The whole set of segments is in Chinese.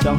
享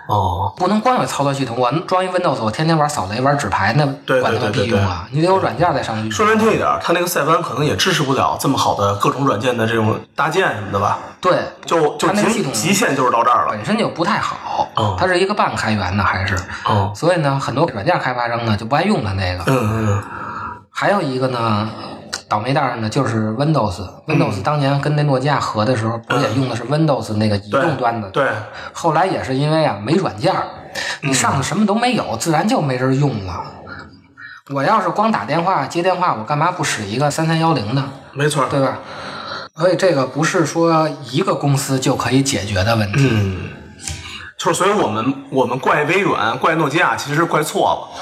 哦不能光有操作系统。我装一 Windows，我天天玩扫雷、玩纸牌，那对管他对个对屁对用啊！你得有软件儿在上面运行。说难听一点，他那个塞班可能也支持不了这么好的各种软件的这种搭建什么的吧？对，就就它那个系极统极限就是到这儿了。本身就不太好，哦它是一个半开源的，还是哦所以呢，很多软件开发商呢就不爱用它那个。嗯嗯还有一个呢，倒霉蛋儿呢就是 Windows，Windows、嗯当年跟那诺基亚合的时候，不是也用的是 Windows 那个移对动端的？对嗯后来也是因为啊没软件儿，你上头什么都没有，自然就没人用了。我要是光打电话接电话，我干嘛不使一个三三幺零呢？没错儿。对吧？所以这个不是说一个公司就可以解决的问题。嗯，就是所以我们我们怪微软、怪诺基亚，其实是怪错了。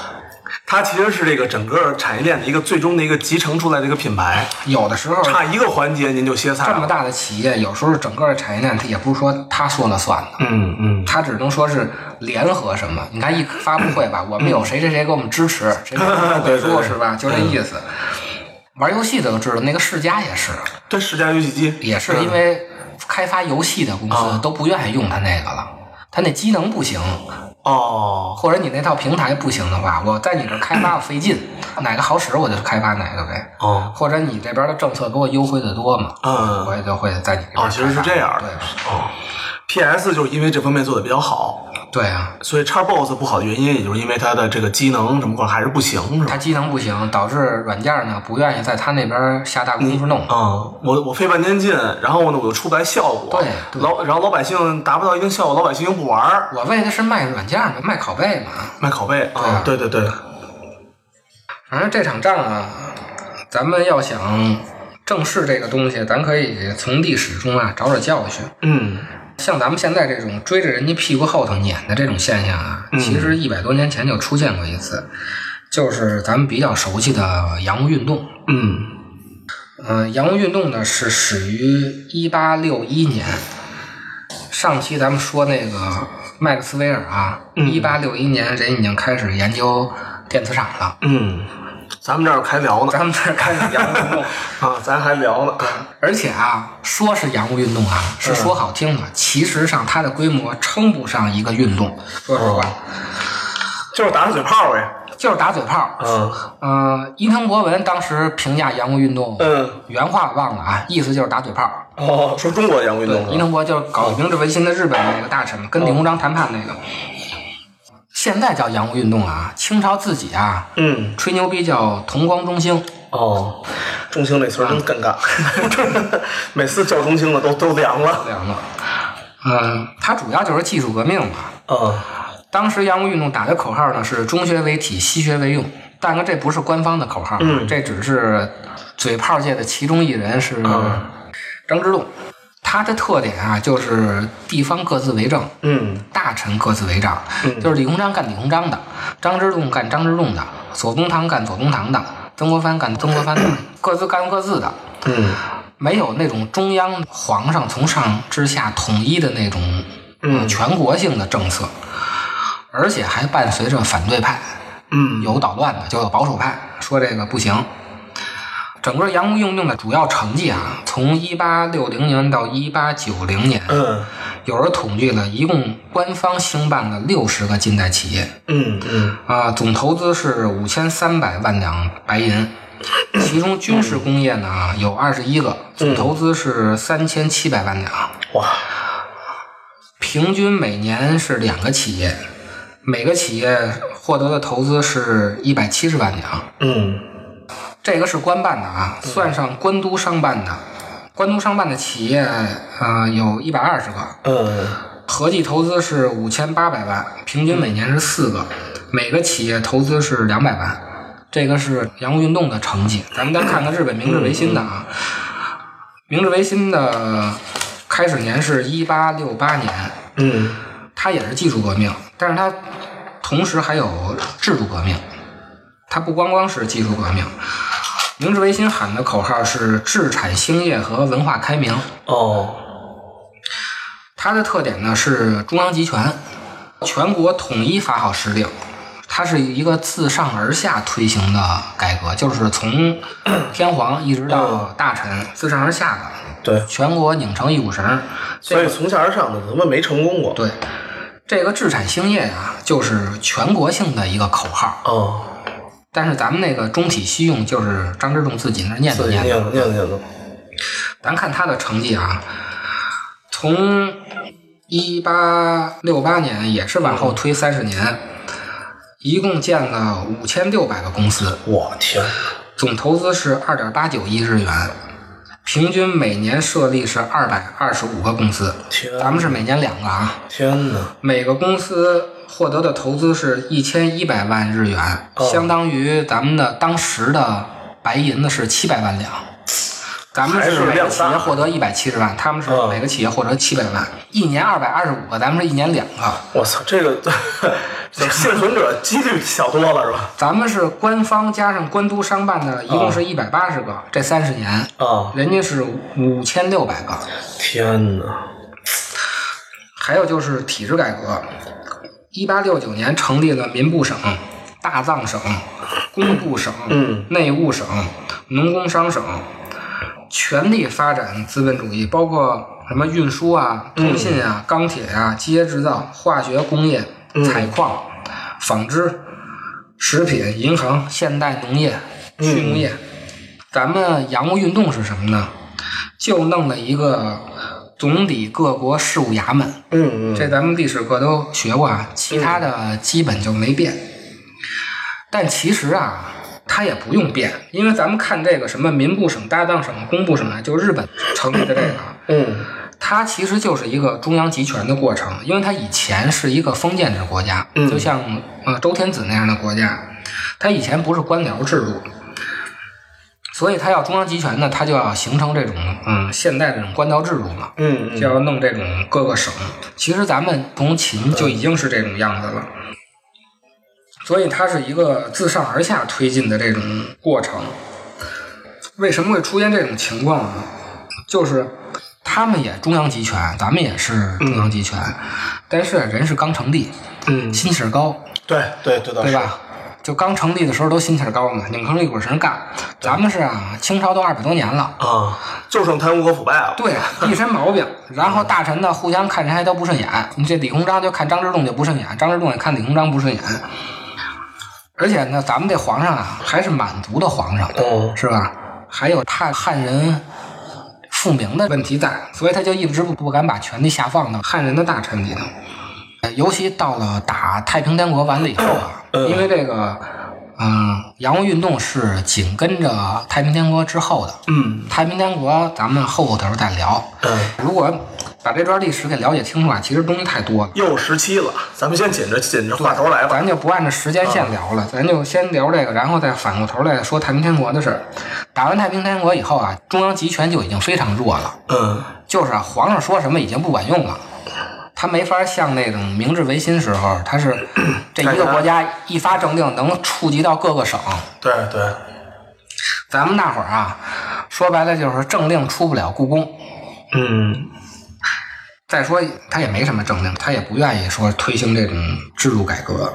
它其实是这个整个产业链的一个最终的一个集成出来的一个品牌，有的时候嗯差一个环节您就歇菜这么了。大的企业，有时候整个产业链它也不是说他说了算的，嗯嗯，他只能说是联合什 么。你看一发布会吧，我们有谁谁谁给我们支持，谁谁谁给我们对对对嗯说是吧？就这意思。玩游戏的都知道，那个世嘉也是，对，世嘉游戏机也是因为开发游戏的公司啊都不愿意用它那个了，它那机能不行，哦，或者你那套平台不行的话，我在你这儿开发我 费劲，哪个好使我就开发哪个呗。哦或者你这边的政策给我优惠的多嘛，嗯我也就会在你这边哦，其实是这样开的发哦。P.S. 就是因为这方面做的比较好，对对啊，所以 Xbox 不好的原因，也就是因为它的这个机能什么块还是不行，是吧它？机能不行，导致软件呢不愿意在它那边下大功夫弄。嗯，我我费半天劲，然后呢，我又出不来效果，对对老然后老百姓达不到一定效果，老百姓又不玩儿，我为的是卖软件嘛，卖拷贝嘛。卖拷贝啊，对对对，反正这场仗啊，咱们要想正视这个东西，咱可以从历史中啊找找教训。嗯，像咱们现在这种追着人家屁股后头撵的这种现象啊，其实一百多年前就出现过一次，就是咱们比较熟悉的洋务运动。嗯，嗯，洋务运动呢是始于一八六一年。上期咱们说那个麦克斯韦尔啊，嗯一八六一年人已经开始研究电磁场了。嗯，咱们这儿还 聊呢，咱们这儿开始洋务运动，啊，咱还聊呢， 而且啊，说是洋务运动啊，嗯是说好听的，其实上它的规模称不上一个运哦动。说实话，就是打嘴炮呗，就是打嘴炮。嗯嗯，伊藤博文当时评价洋务运动，嗯，原话忘了啊，意思就是打嘴炮。哦，说中国洋务运对，动伊藤博就是搞明治维新的日本那个大臣嘛，跟李鸿章谈判那个。现在叫洋务运动啊，清朝自己啊，嗯，吹牛逼叫同光中兴。哦，中兴那词儿真尴尬， 每次叫中兴的都都凉了，两个，嗯，它主要就是技术革命嘛。嗯当时洋务运动打的口号呢是“中学为体，西学为用”，但这不是官方的口号，啊嗯这只是嘴炮界的其中一人是嗯张之洞。他的特点啊，就是地方各自为政，嗯大臣各自为政，就是李鸿章干李鸿章的，张之洞干张之洞的，左宗棠干左宗棠的，曾国藩干曾国 藩的，各自干各自的，嗯没有那种中央皇上从上至下统一的那种呃嗯全国性的政策，而且还伴随着反对派，嗯，有捣乱的，就有保守派说这个不行。整个洋务运动的主要成绩啊，从一八六零年到一八九零年，嗯有人统计了，一共官方兴办了六十个近代企业，嗯嗯，啊，总投资是五千三百万两白银，其中军事工业呢有二十一个，总投资是三千七百万两，哇，平均每年是两个企业，每个企业获得的投资是一百七十万两，嗯这个是官办的啊，算上官督商办的，官督商办的企业呃有一百二十个，嗯合计投资是五千八百万，平均每年是四个，每个企业投资是两百万。这个是洋务运动的成绩。咱们再看看日本明治维新的啊，明治维新的开始年是一八六八年，嗯它也是技术革命，但是它同时还有制度革命，它不光光是技术革命。明治维新喊的口号是制产兴业和文化开明。哦，它的特点呢是中央集权，全国统一发号施令，它是一个自上而下推行的改革，就是从天皇一直到大臣，自上而下的，嗯对，全国拧成一股绳儿。所以从下而上的他妈没成功过，对，这个制产兴业啊，就是全国性的一个口号。哦，但是咱们那个中体西用，就是张之洞自己那儿念叨自己念念叨。叨念叨念叨，咱看他的成绩啊，从一八六八年也是往后推三十年，一共建了五千六百个公司，我天，总投资是二点八九亿日元，平均每年设立是二百二十五个公司，天咱们是每年两个啊，天哪，每个公司获得的投资是一千一百万日元，哦相当于咱们的当时的白银呢是七百万两。咱们还是每个量企业大获得一百七十万，他们是嗯每个企业获得七百万，一年二百二十五个，咱们是一年两个。我操，这个 幸存者几率小多了是吧？咱们是官方加上官督商办的，一哦共是一百八十个，这三十年，啊，人家是五千六百个。天哪，还有就是体制改革，一八六九年成立了民部省、大藏省、工部省、嗯内务省、农工商省全力发展资本主义，包括什么运输啊、通信啊、钢铁啊、机械制造、化学工业、嗯采矿、纺织、食品、银行、现代农业、嗯畜牧业。咱们洋务运动是什么呢？就弄了一个总理各国事务衙门，嗯嗯这咱们历史课都学过啊，其他的基本就没变。但其实啊，它也不用变，因为咱们看这个什么民部省、大藏省、工部省啊，就日本成立的这个啊，嗯它其实就是一个中央集权的过程，因为它以前是一个封建制国家，嗯就像呃周天子那样的国家，它以前不是官僚制度，所以它要中央集权呢，它就要形成这种嗯现代这种官僚制度嘛，嗯就要弄这种各个省。其实咱们从秦就已经是这种样子了，所以它是一个自上而下推进的这种过程。为什么会出现这种情况呢？就是他们也中央集权，咱们也是中央集权，但是人是刚成立，嗯，啊心气儿高，对对对对？吧？就刚成立的时候都心气儿高嘛，拧成一股绳儿干。咱们是啊，清朝都二百多年了，啊，就剩贪污和腐败了。对啊，一身毛病。然后大臣呢，互相看谁还都不顺眼。你这李鸿章就看张之洞就不顺眼，张之洞也看李鸿章不顺眼。而且呢，咱们这皇上啊，还是满族的皇上，嗯是吧？还有他汉人复明的问题在，所以他就一直不不敢把权力下放到汉人的大臣里头。呃尤其到了打太平天国完了以后啊，嗯因为这个，嗯，洋务运动是紧跟着太平天国之后的，嗯太平天国，咱们后头再聊。嗯，如果把这段历史给了解清楚啊，其实东西太多了，又十七了，咱们先紧着紧着话头来吧。咱就不按照时间线聊嗯了，咱就先聊这个，然后再反过头来说太平天国的事儿。打完太平天国以后啊，中央集权就已经非常弱了，嗯就是啊皇上说什么已经不管用了。他没法像那种明治维新时候，他是这一个国家一发政令能触及到各个省。对对，咱们那会儿啊，说白了就是政令出不了故宫，嗯再说他也没什么政令，他也不愿意说推行这种制度改革。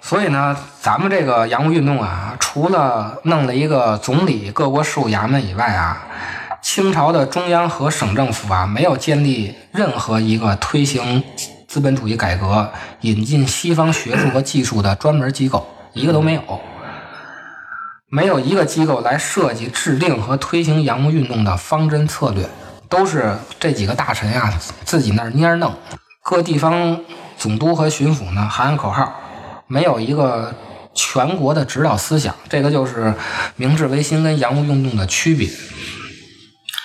所以呢，咱们这个洋务运动啊，除了弄了一个总理各国事务衙门以外啊，清朝的中央和省政府啊，没有建立任何一个推行资本主义改革、引进西方学术和技术的专门机构，一个都没有。没有一个机构来设计、制定和推行洋务运动的方针策略，都是这几个大臣呀、自己那儿蔫儿弄。各地方总督和巡抚呢喊喊口号，没有一个全国的指导思想，这个就是明治维新跟洋务运动的区别。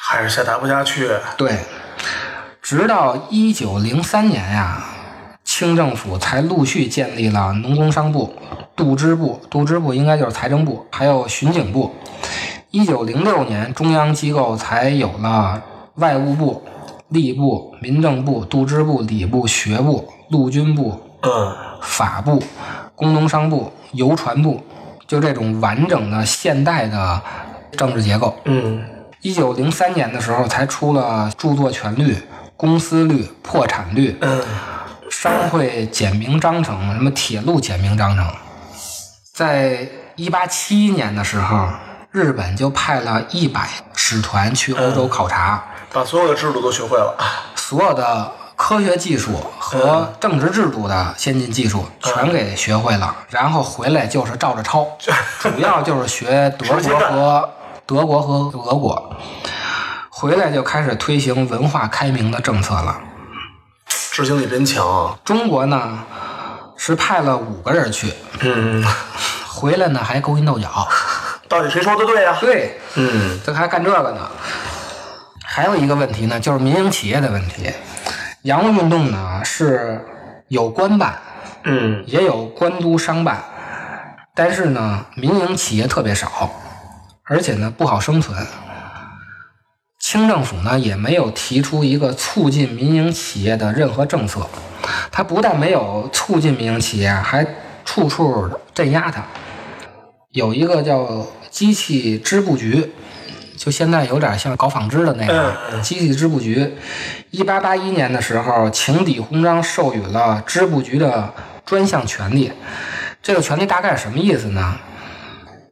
还是下达不下去。对，直到一九零三年呀、清政府才陆续建立了农工商部、度支部，度支部应该就是财政部，还有巡警部。一九零六年，中央机构才有了外务部、吏部、民政部、度支部、礼部、学部、陆军部、嗯法部、工农商部、邮传部，就这种完整的现代的政治结构。嗯一九零三年的时候才出了著作权律、公司律、破产律、嗯商会简明章程、什么铁路简明章程。在一八七一年的时候，日本就派了一百使团去欧洲考察，把所有的制度都学会了。所有的科学技术和政治制度的先进技术全给学会了，然后回来就是照着抄，主要就是学德直接国干和德国和俄国，回来就开始推行文化开明的政策了。执行力真强啊。中国呢是派了五个人去，嗯，回来呢还勾心斗角，到底谁说的对呀、对，嗯这还干这个呢。还有一个问题呢，就是民营企业的问题。洋务运动呢是有官办，嗯也有官督商办，但是呢，民营企业特别少，而且呢不好生存。清政府呢也没有提出一个促进民营企业的任何政策，它不但没有促进民营企业，还处处镇压它。有一个叫机器织布局，就现在有点像搞纺织的那个嗯机器织布局。一八八一年的时候，情底红章授予了织布局的专项权利。这个权利大概是什么意思呢？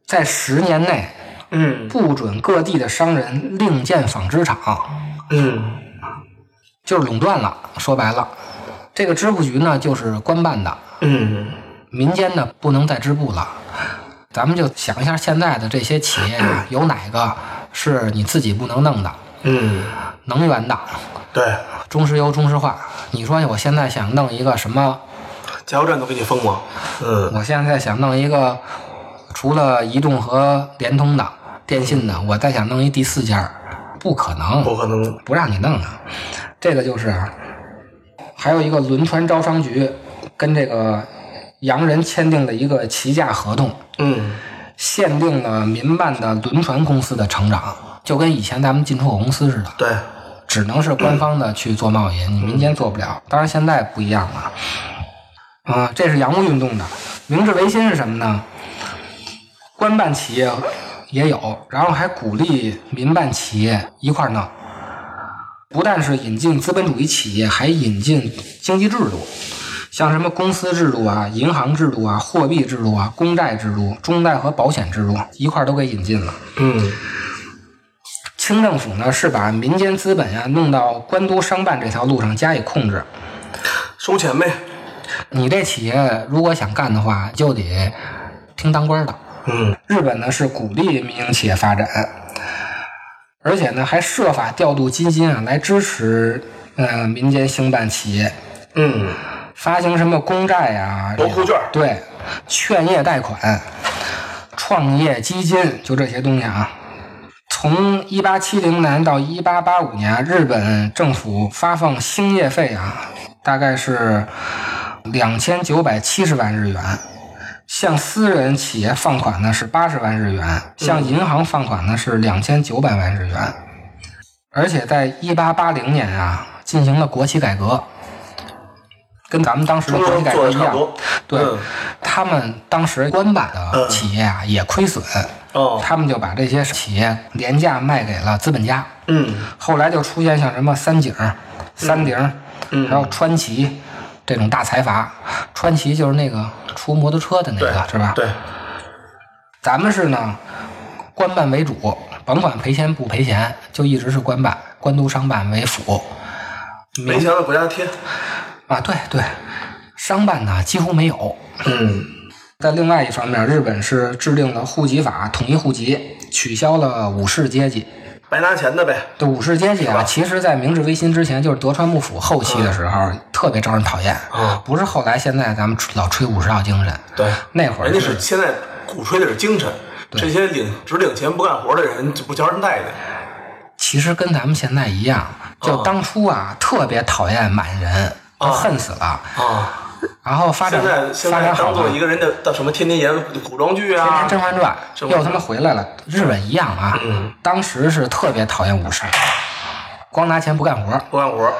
在十年内，嗯不准各地的商人另建纺织厂，嗯就是垄断了。说白了，这个织布局呢就是官办的，嗯民间呢不能再织布了。咱们就想一下现在的这些企业呀，有哪个是你自己不能弄的？嗯，能源的，对，中石油、中石化。你说我现在想弄一个什么？加油站都给你封了。嗯我现在想弄一个，除了移动和联通的、电信的，我再想弄一第四家，不可不能，可能。不让你弄啊。这个就是，还有一个轮船招商局跟这个洋人签订的一个旗价合同，嗯限定了民办的轮船公司的成长，就跟以前咱们进出口公司似的。对，只能是官方的去做贸易，你民间做不了。当然现在不一样了，啊、这是洋务运动的。明治维新是什么呢？官办企业也有，然后还鼓励民办企业一块儿弄。不但是引进资本主义企业，还引进经济制度，像什么公司制度啊、银行制度啊、货币制度啊、公债制度、中债和保险制度一块儿都给引进了。嗯清政府呢是把民间资本呀、啊弄到官督商办这条路上加以控制。收钱呗。你这企业如果想干的话，就得听当官的。嗯日本呢是鼓励民营企业发展，而且呢还设法调度基金啊来支持呃民间兴办企业，嗯发行什么公债呀、国库券对，劝业贷款、创业基金，就这些东西啊。从一八七零年到一八八五年，日本政府发放兴业费啊，大概是两千九百七十万日元。向私人企业放款呢是八十万日元，向嗯银行放款呢是两千九百万日元。而且在一八八零年啊，进行了国企改革，跟咱们当时的国企改革一中国做得差样不多。对、嗯他们当时官版的企业啊、也亏损，哦他们就把这些企业廉价卖给了资本家。嗯后来就出现像什么三井、三菱，嗯还有川崎这种大财阀。川崎就是那个出摩托车的那对个，是吧？对，咱们是呢，官办为主，甭管赔钱不赔钱，就一直是官办，官督商办为辅。没钱了国家贴。啊，对对，商办呢几乎没有。嗯在另外一方面，日本是制定了户籍法，统一户籍，取消了武士阶级。白拿钱的呗。这武士阶级是吧啊，其实，在明治维新之前，就是德川幕府后期的时候，特别招人讨厌。嗯不是后来现在咱们吹老吹武士道精神，对那会儿人家是现在鼓吹的是精神，这些领只领钱不干活的人就不交人待见。其实跟咱们现在一样，嗯就当初啊，特别讨厌满人，都恨死了。啊，然后发展嗯现在现发在展好当做了，一天个人的到什么天津演古装剧啊天，甄嬛传这》不又他妈回来了，日本一样啊。当时是特别讨厌武士，光拿钱不干活。不干活，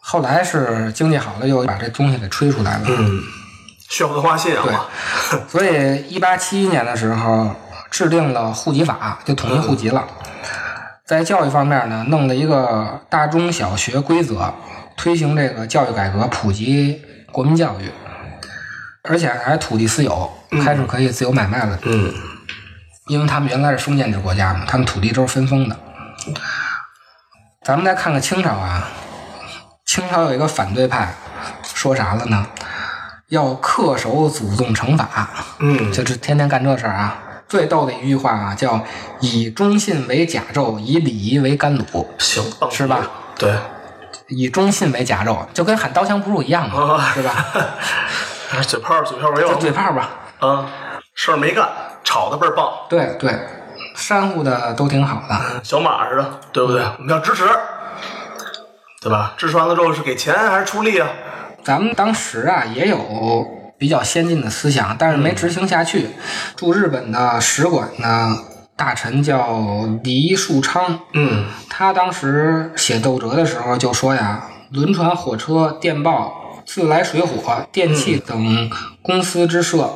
后来是经济好了，又把这东西给吹出来了。嗯，血不花信仰嘛。所以，一八七一年的时候制定了户籍法，就统一户籍了。在教育方面呢，弄了一个大中小学规则，推行这个教育改革，普及国民教育，而且还土地私有，开始可以自由买卖了。嗯因为他们原来是封建制国家嘛，他们土地都是分封的。咱们再看看清朝啊，清朝有一个反对派，说啥了呢？要恪守祖宗惩法，嗯就是天天干这事儿啊。最逗的一句话啊，叫“以忠信为甲胄，以礼仪为甘露行，棒极是吧了？对，”。以忠信为甲胄，就跟喊刀枪不入一样嘛，啊是吧？哎嘴炮嘴炮没 就有嘴炮吧。啊，事儿没干，吵得倍儿棒，对对，山户的都挺好的。小马似的，对不对？我们要支持，对吧？支持完了之后是给钱还是出力啊？咱们当时啊也有比较先进的思想，但是没嗯执行下去。驻日本的使馆呢，大臣叫黎树昌，嗯他当时写奏折的时候就说呀，轮船、火车、电报、自来水火、电器等公司之设，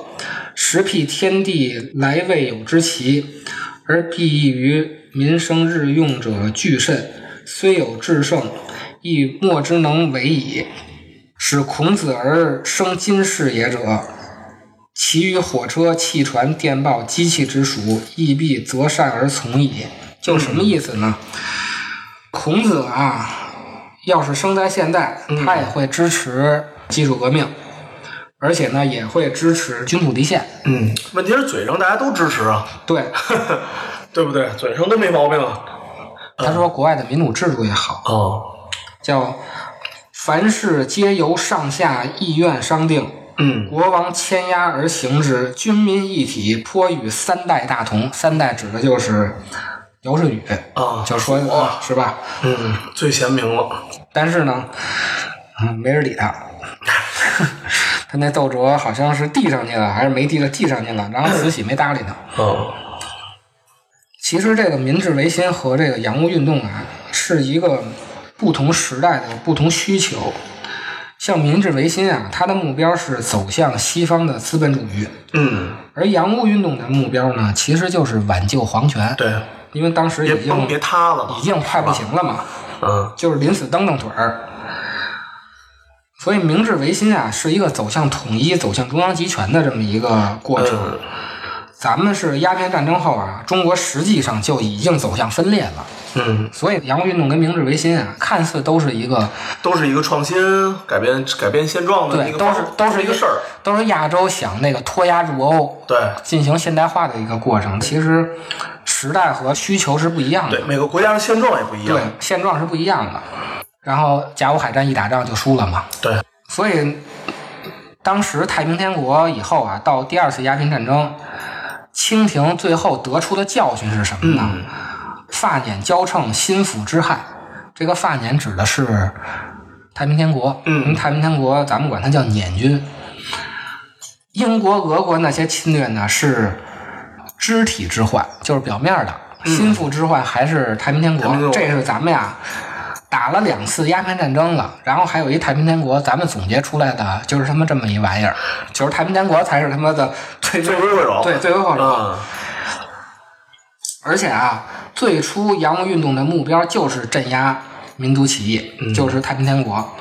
实辟天地来未有之奇，而裨益于民生日用者巨甚，虽有至盛，亦莫之能为矣。使孔子而生今世也者，其余火车、汽船、电报、机器之属，亦必择善而从矣。就什么意思呢？孔子啊，要是生在现代，嗯他也会支持技术革命，而且呢，也会支持君主立宪。嗯，问题是嘴上大家都支持啊，对，对不对？嘴上都没毛病啊。他说国外的民主制度也好，哦，叫凡事皆由上下议院商定，嗯，国王牵压而行之，军民一体，颇与三代大同。三代指的就是尧舜禹啊就是说哇是吧？嗯，最贤明了。但是呢，嗯，没人理他。 他那奏折好像是递上去了，还是没递了？递上去了，然后慈禧没搭理他。哦，其实这个明治维新和这个洋务运动啊，是一个不同时代的不同需求。像明治维新啊，它的目标是走向西方的资本主义，嗯，而洋务运动的目标呢，其实就是挽救皇权。，对，因为当时别已经崩别塌了啊嘛已。经快不行了嘛，嗯，就是临死蹬蹬腿儿。所以明治维新啊，是一个走向统一、走向中央集权的这么一个过程。嗯咱们是鸦片战争后啊，中国实际上就已经走向分裂了。嗯，所以洋务运动跟明治维新啊，看似都是一个都是一个创新、改变、改变现状的对呃一，个都方，是都是一个事儿。，都是亚洲想那个脱亚入欧，对进行现代化的一个过程。其实时代和需求是不一样的，对，每个国家的现状也不一对样。现状是不一样的。然后甲午海战一打仗就输了嘛，对，所以当时太平天国以后啊，到第二次鸦片战争，清廷最后得出的教训是什么呢？嗯发捻交乘，心腹之害。这个发捻指的是太平天国，嗯因为太平天国咱们管它叫捻军。英国、俄国那些侵略呢是肢体之患，就是表面的；心腹之患还是太平天国。嗯太平天国这是咱们呀打了两次鸦片战争了，然后还有一太平天国，咱们总结出来的就是他妈这么一玩意儿，就是太平天国才是他妈的最罪魁祸首对罪魁祸首。嗯，而且啊，最初洋务运动的目标就是镇压民族起义，就是太平天国。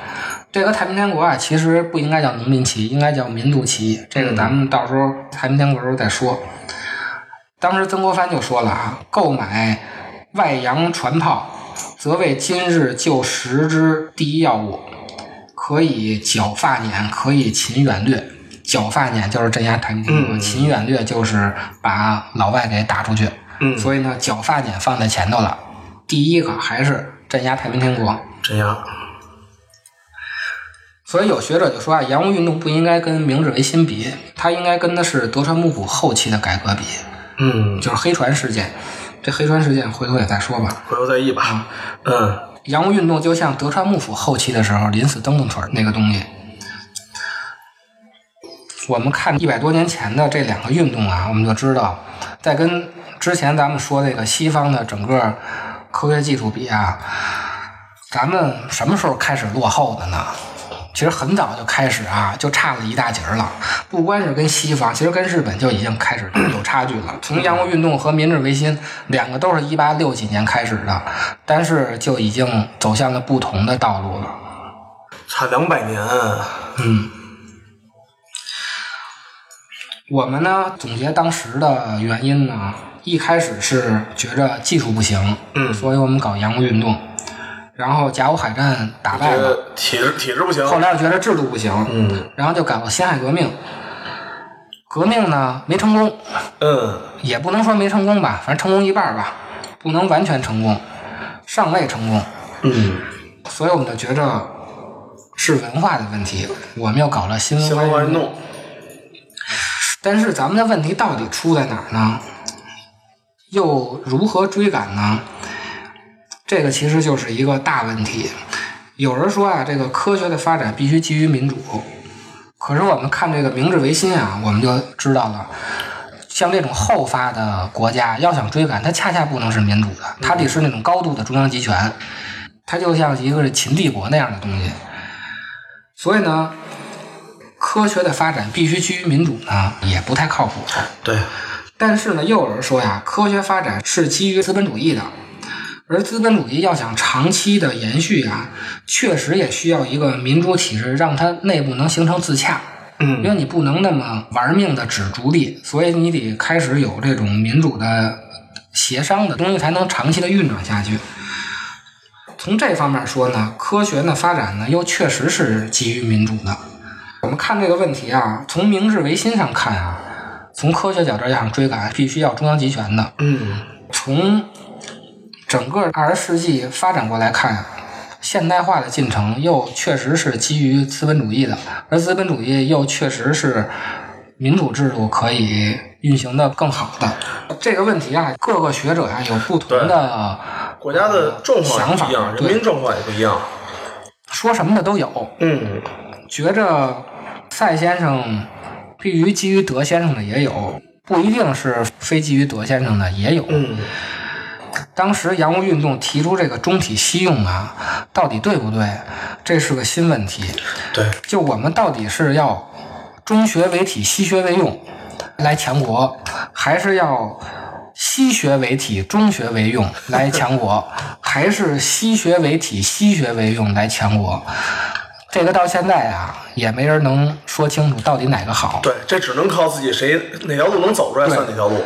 这个太平天国啊，其实不应该叫农民起义，应该叫民族起义。这个咱们到时候太平天国时候再说。当时曾国藩就说了啊，购买外洋船炮，则为今日救时之第一要务，可以剿发捻，可以擒远掠。剿发捻就是镇压太平天国，嗯擒远掠就是把老外给打出去。嗯所以呢，剿发捻放在前头了。第一个还是镇压太平天国。这样。所以有学者就说啊，洋务运动不应该跟明治维新比，它应该跟的是德川幕府后期的改革比，嗯，就是黑船事件。这黑船事件回头也再说吧。回头再议吧。嗯洋务运动就像德川幕府后期的时候临死蹬蹬腿儿那个东西。我们看一百多年前的这两个运动啊，我们就知道，在跟之前咱们说那个西方的整个科学技术比啊，咱们什么时候开始落后的呢？其实很早就开始啊，就差了一大截儿了。不光是跟西方，其实跟日本就已经开始有差距了。从洋务运动和明治维新两个都是一八六几年开始的，但是就已经走向了不同的道路了。嗯差两百年。啊我们呢总结当时的原因呢，一开始是觉着技术不行，嗯所以我们搞洋务运动，然后甲午海战打败了，这体制体制不行。后来又觉得制度不行，嗯然后就搞了辛亥革命。革命呢没成功，嗯也不能说没成功吧，反正成功一半儿吧，不能完全成功，尚未成功。嗯，所以我们就觉着是文化的问题，我们又搞了新新文文化化运运动。动。但是咱们的问题到底出在哪儿呢？又如何追赶呢？这个其实就是一个大问题。有人说啊，这个科学的发展必须基于民主。可是我们看这个明治维新啊，我们就知道了，像这种后发的国家，要想追赶，它恰恰不能是民主的，它得是那种高度的中央集权，它就像一个秦帝国那样的东西。所以呢，科学的发展必须基于民主呢，也不太靠谱。对，但是呢，又有人说呀，科学发展是基于资本主义的，而资本主义要想长期的延续啊，确实也需要一个民主体制，让它内部能形成自洽。因为你不能那么玩命的只逐利，所以你得开始有这种民主的协商的东西，才能长期的运转下去。从这方面说呢，科学的发展呢，又确实是基于民主的。我们看这个问题啊，从明治维新上看啊，从科学角度上追赶，必须要中央集权的。嗯，从整个二十世纪发展过来看，啊现代化的进程又确实是基于资本主义的，而资本主义又确实是民主制度可以运行的更好的。这个问题啊，各个学者啊有不同的国家的状况也想法不一样，，人对民状况也不一样。说什么的都有。嗯，觉着赛先生必于基于德先生的也有，不一定是非基于德先生的也有。嗯，当时洋务运动提出这个中体西用啊，到底对不对？这是个新问题。对，就我们到底是要中学为体，西学为用来强国，还是要西学为体，中学为用来 强国，还是西学为体，西学为用来强国？这个到现在啊，也没人能说清楚到底哪个好。对，这只能靠自己谁哪条路能走出来算哪条路。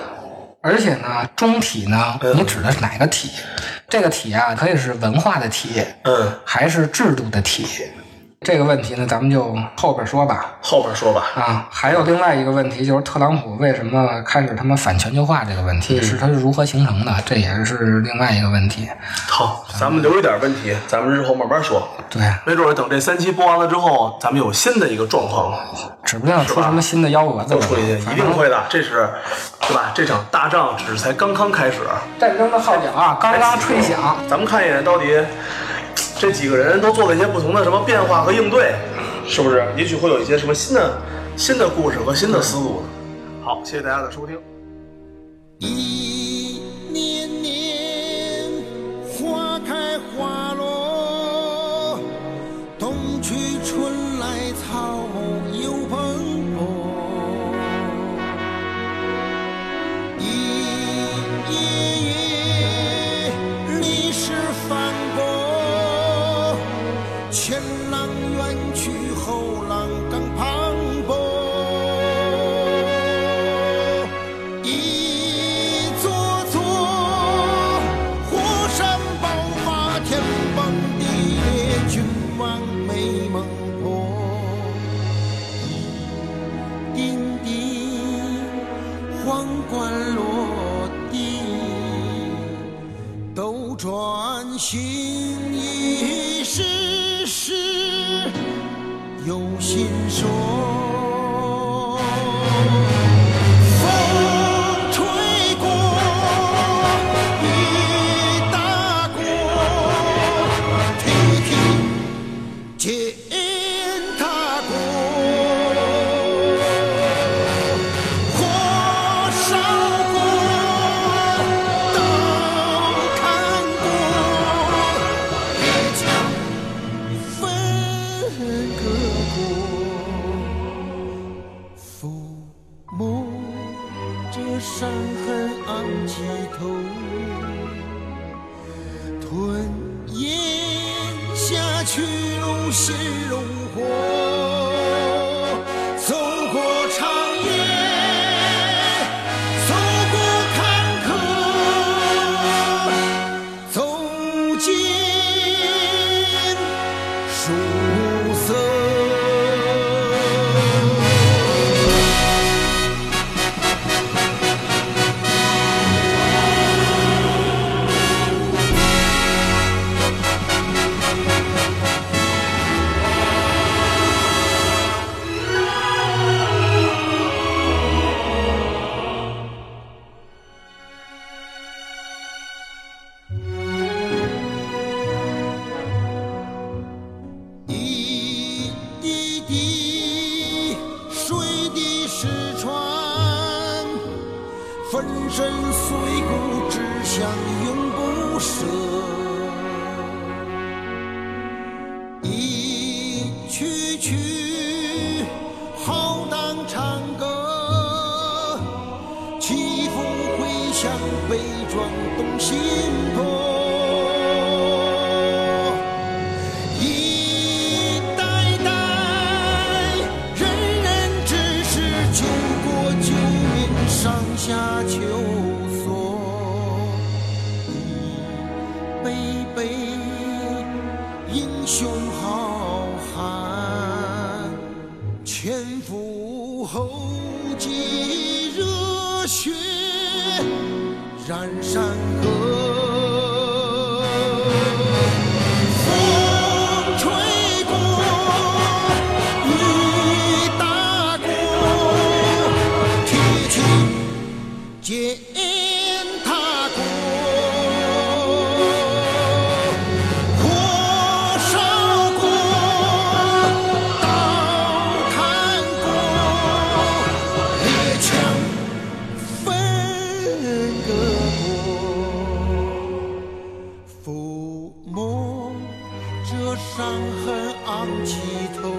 而且呢，中体呢，嗯你指的是哪个体？这个体啊，可以是文化的体，嗯，还是制度的体？这个问题呢，咱们就后边说吧。后边说吧。啊，还有另外一个问题就是特朗普为什么开始他妈反全球化这个问题，嗯是他是如何形成的？这也是另外一个问题。好，咱们留一点问题，咱们日后慢慢说。对，没准儿等这三期播完了之后，咱们有新的一个状况指不定出什么新的幺蛾子都了。出现，一嗯反定正会的。这是，对吧？这场大仗只是才刚刚开始，战争的号角啊，刚刚吹响。咱们看一眼到底这几个人都做了一些不同的什么变化和应对，是不是？也许会有一些什么新的新的故事和新的思路呢。好，谢谢大家的收听。一年年，花开花落，冬去春来，草木又蓬勃。一夜夜，历史翻过，前浪远去，后浪更磅礴。一座座火山爆发，天崩地裂，君王美梦破。一点滴皇冠落地，斗转星移，世事有心说。风吹过一大国，踢踢践踏过。火烧过，刀砍过，列强分割过，抚摸这伤痕，昂起头，吞咽下去，如血如火，走过长夜，走过坎坷，走进曙色。一滴滴水滴石穿，粉身碎骨，只想永不舍。一曲曲浩荡长歌，起伏回响，悲壮动心魄。一代代，人人辈英雄好汉，前赴后继，热血燃山河。风吹过，雨打过，铁蹄践踏过，火烧过，刀砍过，猎枪分割过。抚摸这伤痕，昂起头，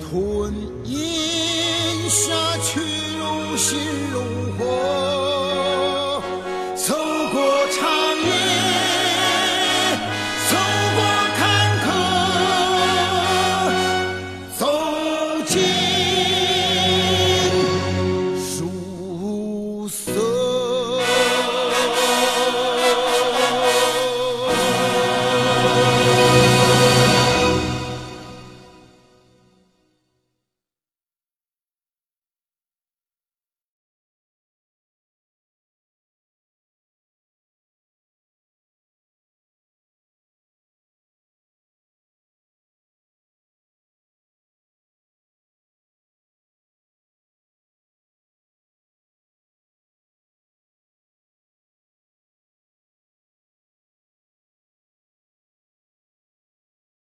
吞咽下去，如心如火。